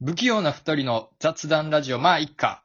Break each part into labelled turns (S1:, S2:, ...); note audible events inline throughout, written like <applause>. S1: 不器用な二人の雑談ラジオ、まあ一家。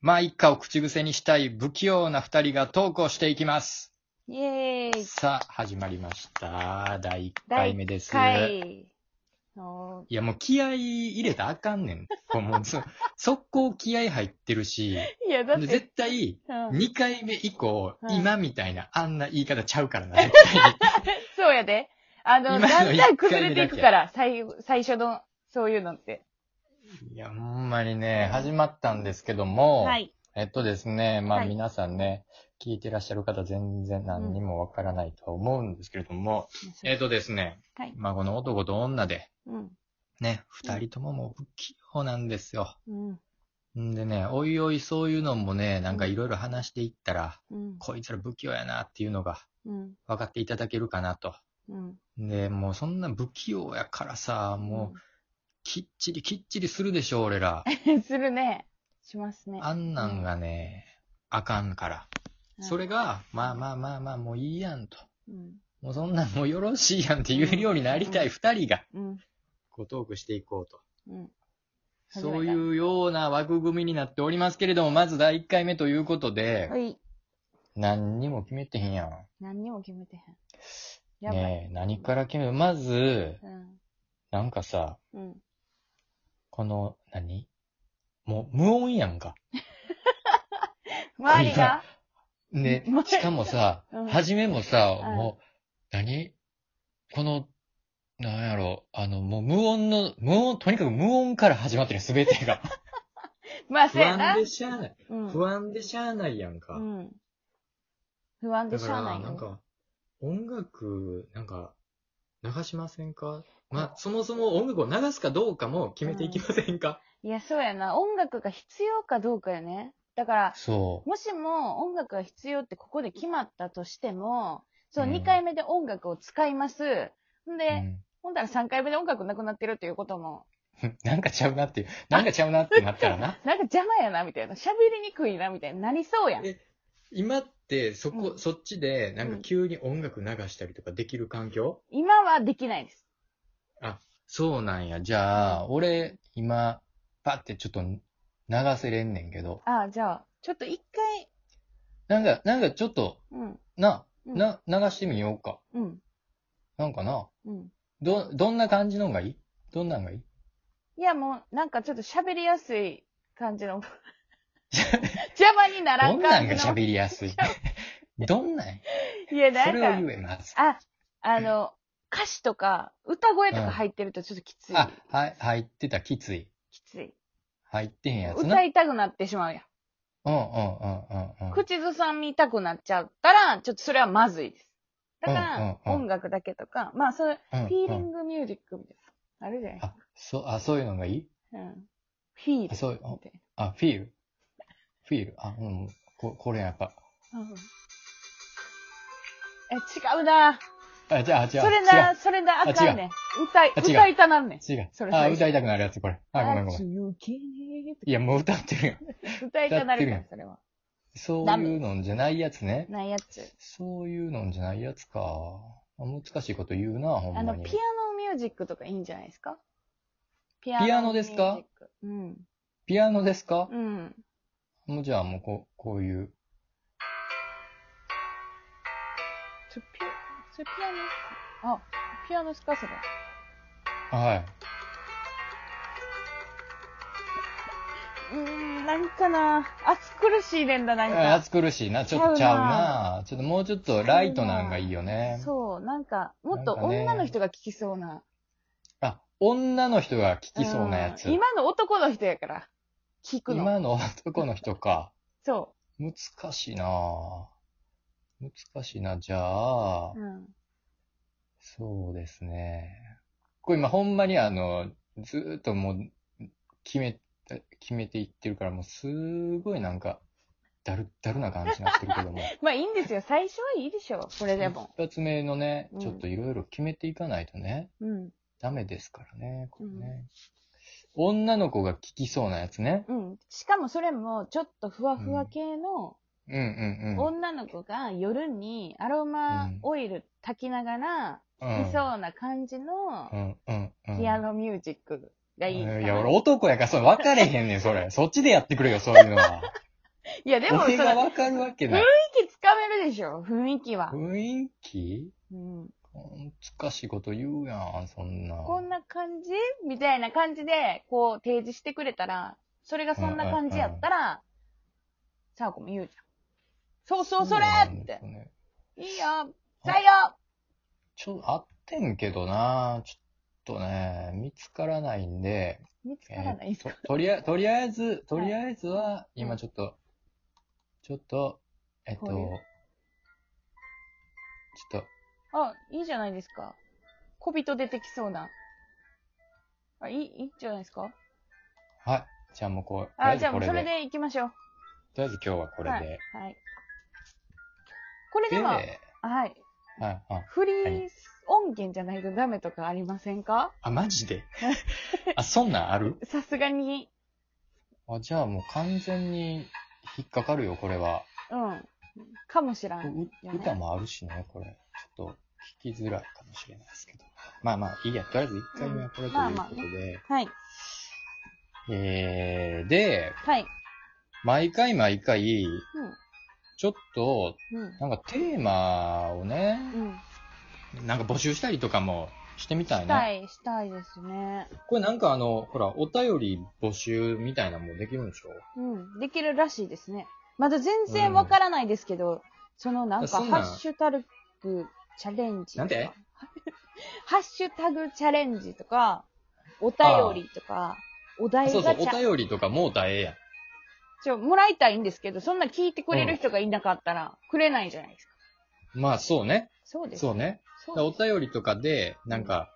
S1: まあ一家を口癖にしたい不器用な二人がトークをしていきます。
S2: イエーイ
S1: さあ、始まりました。第1回目です。い
S2: 回おー
S1: や、もう気合い入れたらあかんねん。こうもう、そ <laughs> 速攻気合い入ってるし、
S2: いや、だっ
S1: で
S2: て、
S1: 絶対、
S2: うん
S1: 2回目以降、
S2: はい
S1: 今みたいな、あんな言い方ちゃうからな、絶対に。
S2: そうやで。あの、
S1: 今の
S2: だんだん崩れ
S1: 一回目
S2: て
S1: だ
S2: い
S1: け
S2: くから、最後、最初の、そういうのって。 <laughs>
S1: いや、ほんまにね、始まったんですけども、
S2: はい。
S1: えっとですね、ま
S2: は
S1: あ
S2: い
S1: 皆さんね、聞いてらっしゃる方全然何にもわからないとは思うんですけれども、えっとですね、
S2: はい
S1: まあこの男と女で、
S2: うん。
S1: ね、
S2: うん
S1: 二人とももう不器用なんですよ。
S2: うん。
S1: んでね、おいおいそういうのもね、なんかいろいろ話していったら、
S2: うん。
S1: こいつら不器用やなっていうのが
S2: うん。
S1: 分かっていただけるかなと。
S2: うん。
S1: で、もうそんな不器用やからさ、もうきっちりきっちりするでしょ、俺
S2: <laughs>
S1: ら。
S2: うん。するね。しますね。
S1: あんなんがね、あかんから。
S2: うん
S1: それ、が、まあまあまあまあ、もういいやんと。
S2: うん。
S1: もうそんなんもうよろしいやんって言えるようになりたい二人が、
S2: うん。
S1: こうトークしていこうと。
S2: うん。始めた
S1: そういうような枠組みになっておりますけれども、まず第1回目ということで、
S2: はい。
S1: 何にも決めてへんやん。
S2: 何にも決めてへん。やばい。
S1: ねえ、何から決めるまず、
S2: うん。
S1: なんかさ、
S2: うん。
S1: この、何もう無音やんか。
S2: 周りが
S1: ね
S2: うん、
S1: しかもさ
S2: うん、
S1: 初めもさ、
S2: うん
S1: もう、何この、なんやろ、あの、もう無音の、無音、とにかく無音から始まってる、すべ
S2: <laughs>
S1: てが。
S2: <laughs> まあ、そうやな。
S1: しゃあない。
S2: うん。
S1: 安でしゃあないやんか
S2: うん。不安で
S1: だ
S2: し
S1: か
S2: ゃあ
S1: ら、
S2: ないよ
S1: なんか、音楽、なんか、流しませんかまあ、そもそも音楽を流すかどうかも決めていきませんか、
S2: いや、そうやな。音楽が必要かどうかよね。だから、
S1: そう。
S2: もしも音楽が必要ってここで決まったとしても、そう、
S1: うん
S2: 2回目で音楽を使います。んで、
S1: うん
S2: ほんだら3回目で音楽なくなってるということも、
S1: <laughs> なんかちゃうなっていう、なんかちゃうなってなったら <laughs> な。
S2: なんか邪魔やな、みたいな。喋りにくいな、みたいになりそうやん。
S1: え今って、そこ、
S2: うん
S1: そっちで、なんか急に音楽流したりとかできる環境、
S2: 今はできないです。
S1: そうなんや。じゃあ、俺、今、パってちょっと流せれんねんけど、
S2: ああ、じゃあ、ちょっと一回、
S1: なんか、なんかちょっと、
S2: うん、
S1: な、
S2: うん
S1: な、流してみようか。
S2: うん、
S1: なんかな、
S2: うん。
S1: ど、どんな感じのがいいどんなんがいい
S2: いや、もう、なんかちょっと喋りやすい感
S1: <laughs>
S2: じの、邪魔になら
S1: ど
S2: ん
S1: んな
S2: 感
S1: ん
S2: じ
S1: が
S2: の。
S1: 喋りや
S2: <laughs>
S1: すいどんなん
S2: いや、なんか。
S1: それを言えます。
S2: あ、あの、歌詞とか、歌声とか入ってるとちょっときつい。
S1: あ、はい、入ってた、きつい。
S2: きつい。
S1: 入ってへんやつな。
S2: 歌いたくなってしまうや。
S1: うんうんうんうんうんん。
S2: 口ずさみたくなっちゃったら、ちょっとそれはまずいです。だか
S1: うんうん
S2: ら、
S1: うん
S2: 音楽だけとか、まあ、それ、
S1: うんうん
S2: フィーリングミュージックみたいな。あるじゃない
S1: あ、そう、あ、そういうのがいい
S2: うん。フィール。
S1: あそう
S2: みたい
S1: あ、フィールフィールあ、うん。ここれやっぱ。
S2: な。うんえ、違う
S1: あ、
S2: な
S1: じゃあ、じゃあ、
S2: それな、それな、あかんねん。歌い、
S1: あ違う
S2: 歌いたなんねん。
S1: 違う。違う。
S2: それ
S1: あ、
S2: 最初
S1: 歌いたくなるやつ、これ。あ、ごめんごめん。
S2: 強気に
S1: いや、もう歌ってるやん。
S2: 歌いた
S1: 歌
S2: なるか
S1: ってるや
S2: ら
S1: ん、
S2: それは。
S1: そういうのんじゃないやつね。
S2: ないやつ。
S1: そういうのんじゃないやつか。あ難しいこと言うな、ほんま
S2: あ
S1: に。
S2: の、ピアノミュージックとかいいんじゃないですかピ
S1: ピアノですか
S2: ミュージックうん。
S1: ピアノですか、
S2: うん。
S1: もうじゃあもうこう、こういう。
S2: それピ、それピアノあ、ピアノですかそれ。
S1: は。
S2: うーん、なんかな暑苦しいねんだ、ないん
S1: あ
S2: か。
S1: 暑苦しいな。ちょっとちゃうな。ちょっともうちょっとライトなんがいいよね。
S2: そう、なんか、もっと
S1: なんかね
S2: 女の人が聴きそうな。
S1: あ、女の人が聞きそうなやつ。
S2: ん今の男の人やから、聴くの。
S1: 今の男の人か。
S2: そ
S1: 難しいなぁ。難しいな。じゃあ、
S2: う。うん。
S1: そうですね。これ今ほんまにあの、ずーっともう、決め、決めていってるから、もうすごいなんか、だる、だるな感じになってるけども。
S2: まあいいんですよ。最初はいいでしょ。これでも。
S1: 一発目のね
S2: う、ん
S1: ちょっといろいろ決めていかないとね、
S2: うん。
S1: ダメですからね、これね。女の子が聞きそうなやつね。
S2: うん。しかもそれも、ちょっとふわふわ系の、
S1: うんうんうん。
S2: 女の子が夜にアロマオイル炊きながら、
S1: う
S2: い
S1: ん
S2: そうな感じの
S1: うんうんうん。
S2: ピアノミュージックがいいんかない
S1: や、俺男やから、それ分かれへんねん、それ。そっちでやってくれよ、そういうのは。
S2: い <laughs> や、でも、その
S1: 俺
S2: 雰囲
S1: が分かるわけない。
S2: 気つかめるでしょ雰囲気は。
S1: 雰囲気
S2: うん。
S1: 難しいこと言うやん、そんな。
S2: こんな感じみたいな感じで、こう、提示してくれたら、それがそんな感じやったら、さあこも言うじゃん。そうそう、それ
S1: なん
S2: っ
S1: です
S2: て
S1: よ。ね
S2: いいよ
S1: あ
S2: 採用
S1: ちょっと合ってんけどな、ちょっとね、見つからないんで、
S2: 見つからない
S1: え
S2: ん
S1: ー
S2: すか
S1: ととりあえとりあえず、とりあえずは、今ちょっと、ちょっと、えっと、ち
S2: こうい
S1: ょ
S2: う
S1: っと、
S2: あ、いいじゃないですか。小人出てきそうな。あ、いい、いいんじゃないですか
S1: はい。じゃあもうこう、とりあ
S2: あ、
S1: え
S2: じゃ
S1: ずこ
S2: あもう
S1: れ
S2: そ
S1: で、
S2: れで行きましょう。
S1: とりあえず今日はこれで。
S2: はい。はい。これでは、はい。
S1: ではいはい
S2: フリー音源じゃないとダメとかありませんか
S1: あ、マジ
S2: <laughs>
S1: であ、そんなんある
S2: さすがに。
S1: あ、じゃあもう完全に引っかかるよ、これは。
S2: うん。かもしらん。
S1: う
S2: やね
S1: 歌もあるしね、これ。ちょっと聞きづらいかもしれないですけど。まあまあ、いいや。とりあえず1回目はこれということで。
S2: はい。
S1: えー、で、
S2: はい。
S1: 毎回毎回、ちょっと、
S2: うん。うん。
S1: なんかテーマをね、
S2: うん。
S1: なんか募集したりとかもしてみたい
S2: し
S1: な。
S2: たい、したいですね。
S1: これなんかあの、ほら、お便り募集みたいなのもできるんでしょ
S2: うん。できるらしいですね。まだ全然わからないですけど、そのなんか、
S1: そんな
S2: ハ
S1: ん
S2: ッシュタグチャレンジとか。
S1: なんて
S2: <laughs> ハッシュタグチャレンジとか、お便りとか、お
S1: あ
S2: 題
S1: そうそ
S2: ガ
S1: う、
S2: チ
S1: お
S2: ャ。
S1: 便りとかもう大ええやん。
S2: ちょ、もらいたいんですけど、そんな聞いてくれる人がいなかったら、くれないじゃないですか。
S1: まあそうね。
S2: そうです。
S1: そうね。
S2: そ
S1: だから
S2: う
S1: お
S2: です。
S1: 便りとかで、なんか、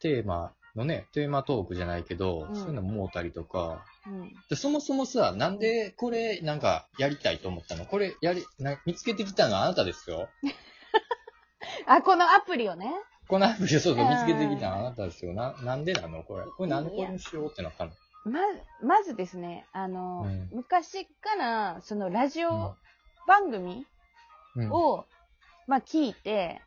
S1: テーマのね、テーマトークじゃないけど、
S2: うん
S1: そういうのもうたりとか。
S2: うん。
S1: で、そもそもさ、なんでこれ、なんか、やりたいと思ったのこれ、やり、な見つけてきたのはあなたですよ。
S2: あ、このアプリをね。
S1: このアプリ、そうそうう、
S2: ん
S1: 見つけてきたのはあなたですよ。な、なんでなのこれ。これなんでこ
S2: い
S1: れ
S2: や
S1: にしようってなったの
S2: ま、まずですね、あの、
S1: うん
S2: 昔から、そのラジ
S1: うん
S2: オ番組
S1: うん
S2: を、まあ聞いて、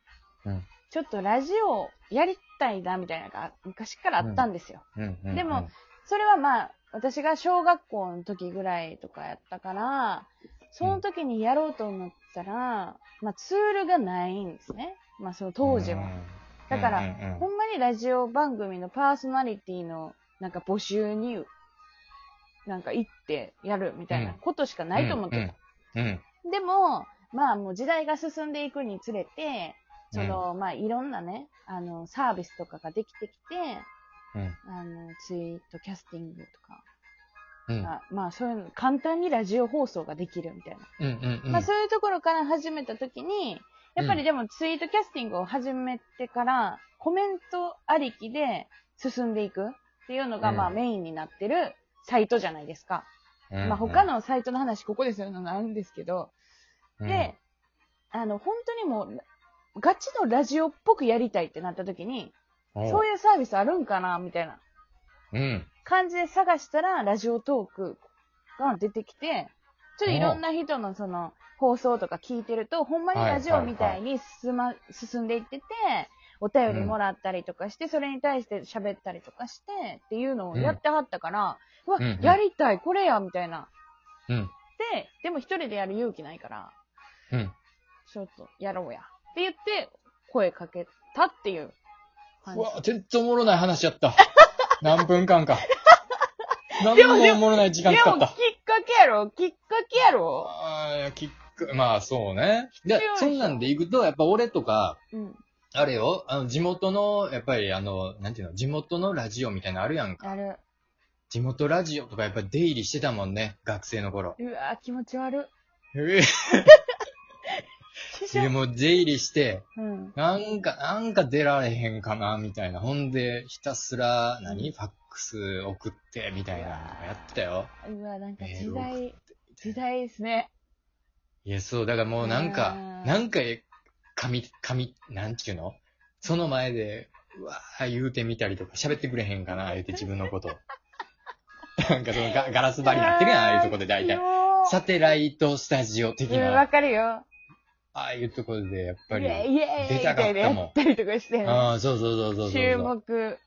S1: うん
S2: ちょっとラジオやりたいな、みたいなのが昔からあったんですよ。
S1: うんうん
S2: でも、それはまあ、私が小学校の時ぐらいとかやったから、その時にやろうと思ったら、まあツールがないんですね。まあその当時は。
S1: うん。
S2: だから
S1: うんうんうん
S2: ほんまにラジオ番組のパーソナリティのなんか募集に、なんか行ってやるみたいなことしかないと思ってた。
S1: うん。うん。
S2: でも、まあもう時代が進んでいくにつれて、その、まあいろんなね、あの、サービスとかができてきて、
S1: うん。
S2: あの、ツイートキャスティングとか、
S1: うん。
S2: まあまあそういうの、簡単にラジオ放送ができるみたいな。
S1: うんうんうん。
S2: まあそういうところから始めたときに、やっぱりでもツイートキャスティングを始めてから、コメントありきで進んでいくっていうのが、
S1: うん
S2: まあメインになってるサイトじゃないですか。
S1: うんうん
S2: まあ他、のサイトの話ここでするのがあるんですけど、
S1: うん、
S2: で、あの、本当にもう、ガチのラジオっぽくやりたいってなったときに、そう
S1: い
S2: いうサービスあるんかなみたいな
S1: うん。うん。
S2: 感じで探したら、ラジオトークが出てきて、ちょっといろんな人のその、放送とか聞いてると、ほんまにラジオみたいに進ま、進んでいってて、お便りもらったりとかして、それに対して喋ったりとかして、っていうのをやってはったから、うわ、
S1: うんうん
S2: やりたい、これや、みたいな。
S1: うん。
S2: で、でも一人でやる勇気ないから、
S1: うん。
S2: ちょっとやろうや。って言って、声かけたっていう感
S1: う
S2: じ。
S1: わ、全然おもろない話や
S2: <laughs>
S1: った。何分間か。何
S2: でも
S1: もおもろない時
S2: で
S1: 間
S2: も、
S1: 使
S2: きっ
S1: っ
S2: か
S1: た。
S2: けやろきっかけやろ
S1: あーきっかまあそうね。で
S2: 必要で、しょ
S1: そんなんで行くと、やっぱ俺とか、
S2: うん。
S1: あれよ、あの、地元の、やっぱりあの、なんていうの、地元のラジオみたいなのあるやんか。
S2: やる。
S1: 地元ラジオとかやっぱ出入りしてたもんね、学生の頃。
S2: うわぁ、気持ち悪
S1: え
S2: い。
S1: でもう出入りして、
S2: うん。
S1: なんか、なんか出られへんかな、みたいな。ほんで、ひたすら、何ファックス送って、みたいなのやってたよ。
S2: うわなんか
S1: メー
S2: 時
S1: ル送って
S2: 代、時代ですね。
S1: いや、そう、だからもうなんか
S2: う、ん
S1: なんか、紙、紙、なんちゅうのその前で、うわー言うてみたりとか、喋ってくれへんかな、言うて自分の
S2: <laughs>
S1: こと。なんかそのガガラス張りになってるやん、ああいうとこで大体。サ
S2: さ
S1: テライトスタジオ的
S2: うん、わ
S1: な、
S2: かるよ。やっ
S1: ああいうところで、やっぱり、
S2: イエーイイエーイ
S1: 出たかったもん
S2: みいなやったりとかしてね。
S1: ああ、そうそうそうそうそうそう。
S2: 注目。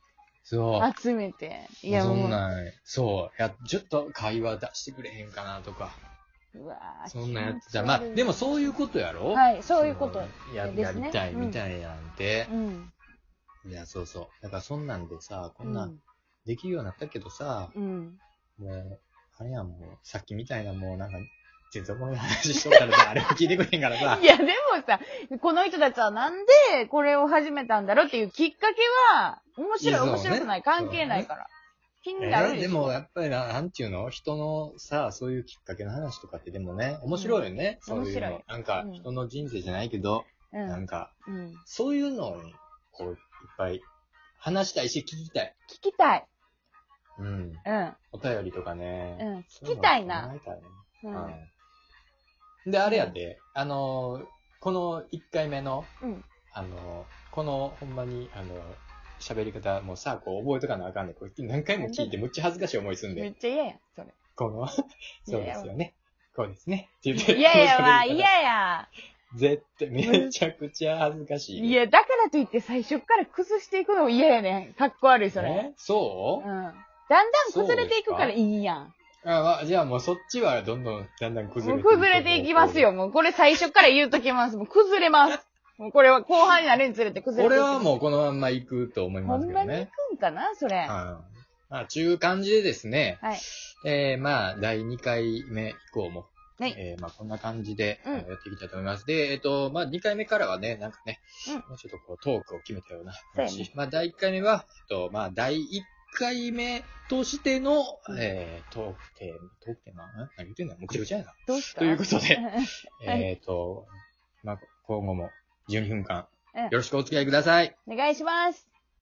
S1: そう。
S2: 集めて。いや、
S1: そ
S2: も
S1: ん
S2: う、
S1: なん、そう。や、ちょっと会話出してくれへんかなとか、
S2: うわー
S1: そんなんやってたら。まあ、でもそういうことやろ
S2: はいそういうこと
S1: そのや、
S2: で
S1: や
S2: すね
S1: りたい
S2: うん
S1: みたいなんて
S2: う。ん。
S1: いや、そうそう。だからそんなんでさ、こん
S2: う
S1: なん
S2: ん
S1: できるようになったけどさ、
S2: うん。
S1: もう、あれやもう、さっきみたいなもうなんか、全然この話しとったら
S2: <laughs>
S1: さ、あれも聞いてくれへんから <laughs> さ
S2: い。や、でもさ、この人たちはなんでこれを始めたんだろうっていうきっかけは、面
S1: いや
S2: 白
S1: そ
S2: い、
S1: うね
S2: 面白くない、関係ないから。気になる
S1: えー
S2: し
S1: でもやっぱりな、なんていうの人のさ、そういうきっかけの話とかってでもね、面白いよね。
S2: うん
S1: そういう
S2: 面白
S1: の。なんか
S2: うん、
S1: 人の人生じゃないけど、
S2: う
S1: なん
S2: ん。
S1: か、
S2: うん。
S1: そういうのに、こう、いっぱい話したいし、聞きたい。
S2: 聞きたい。
S1: うん。
S2: うん。
S1: お便りとかね。
S2: うん
S1: そううの
S2: 聞きたいな
S1: 考えたいね
S2: うん。
S1: はい。で、あれやで、あのー、この1回目の、
S2: うん
S1: あのー、この、ほんまに、あのー、喋り方、もうさ、こう覚えとかなあかんねん。これ何回も聞いて、むっちゃ恥ずかしい思いすん
S2: め
S1: で
S2: っ。ちゃ嫌やん、それ。
S1: この、そうですよね。こうですね。って言って
S2: いやいや、わ、
S1: 喋
S2: い
S1: り方
S2: やや。
S1: 絶対、めちゃくちゃ恥ずかしい。
S2: いや、だからといって最初から崩していくのも嫌やねん。かっこ悪い、それ。
S1: えそう
S2: うん。だんだん崩れていくからいいやん。
S1: あ、まあ、じゃあもうそっちはどんどんだんだん崩れてい
S2: もう
S1: く
S2: 崩れていきます。よ。もうこれ最初から言うときます。もう崩れます。もうこれは後半になるにつれて崩れてい
S1: 俺
S2: く。
S1: はもうこのまんま行くと思い
S2: ほ
S1: ます
S2: ん
S1: け
S2: ま
S1: ど
S2: に行
S1: ね。
S2: くんかなそれ。は
S1: はい。まあ、ちゅう感じでですね、
S2: い。
S1: えー、まあ、第2回目以降も、
S2: はい
S1: えー、まあ、こんな感じで、
S2: うん
S1: あのやっていきたいと思います。で、えっ、と、まあ、2回目からはね、なんかね、
S2: うん
S1: もうちょっとこう、トークを決めたような
S2: そうや
S1: 感
S2: ね
S1: じ。まあ、第1回目は、えっと、まあ、第1回目としての、
S2: うん
S1: えー、トークテーマ、トークテーマん何言ってんのもうぐちゃぐちゃやな。
S2: どうした
S1: ということで、
S2: はい
S1: えっ、と、まあ、今後も12分間
S2: うん、
S1: よろしくお付き合いください。
S2: <laughs> お願いします。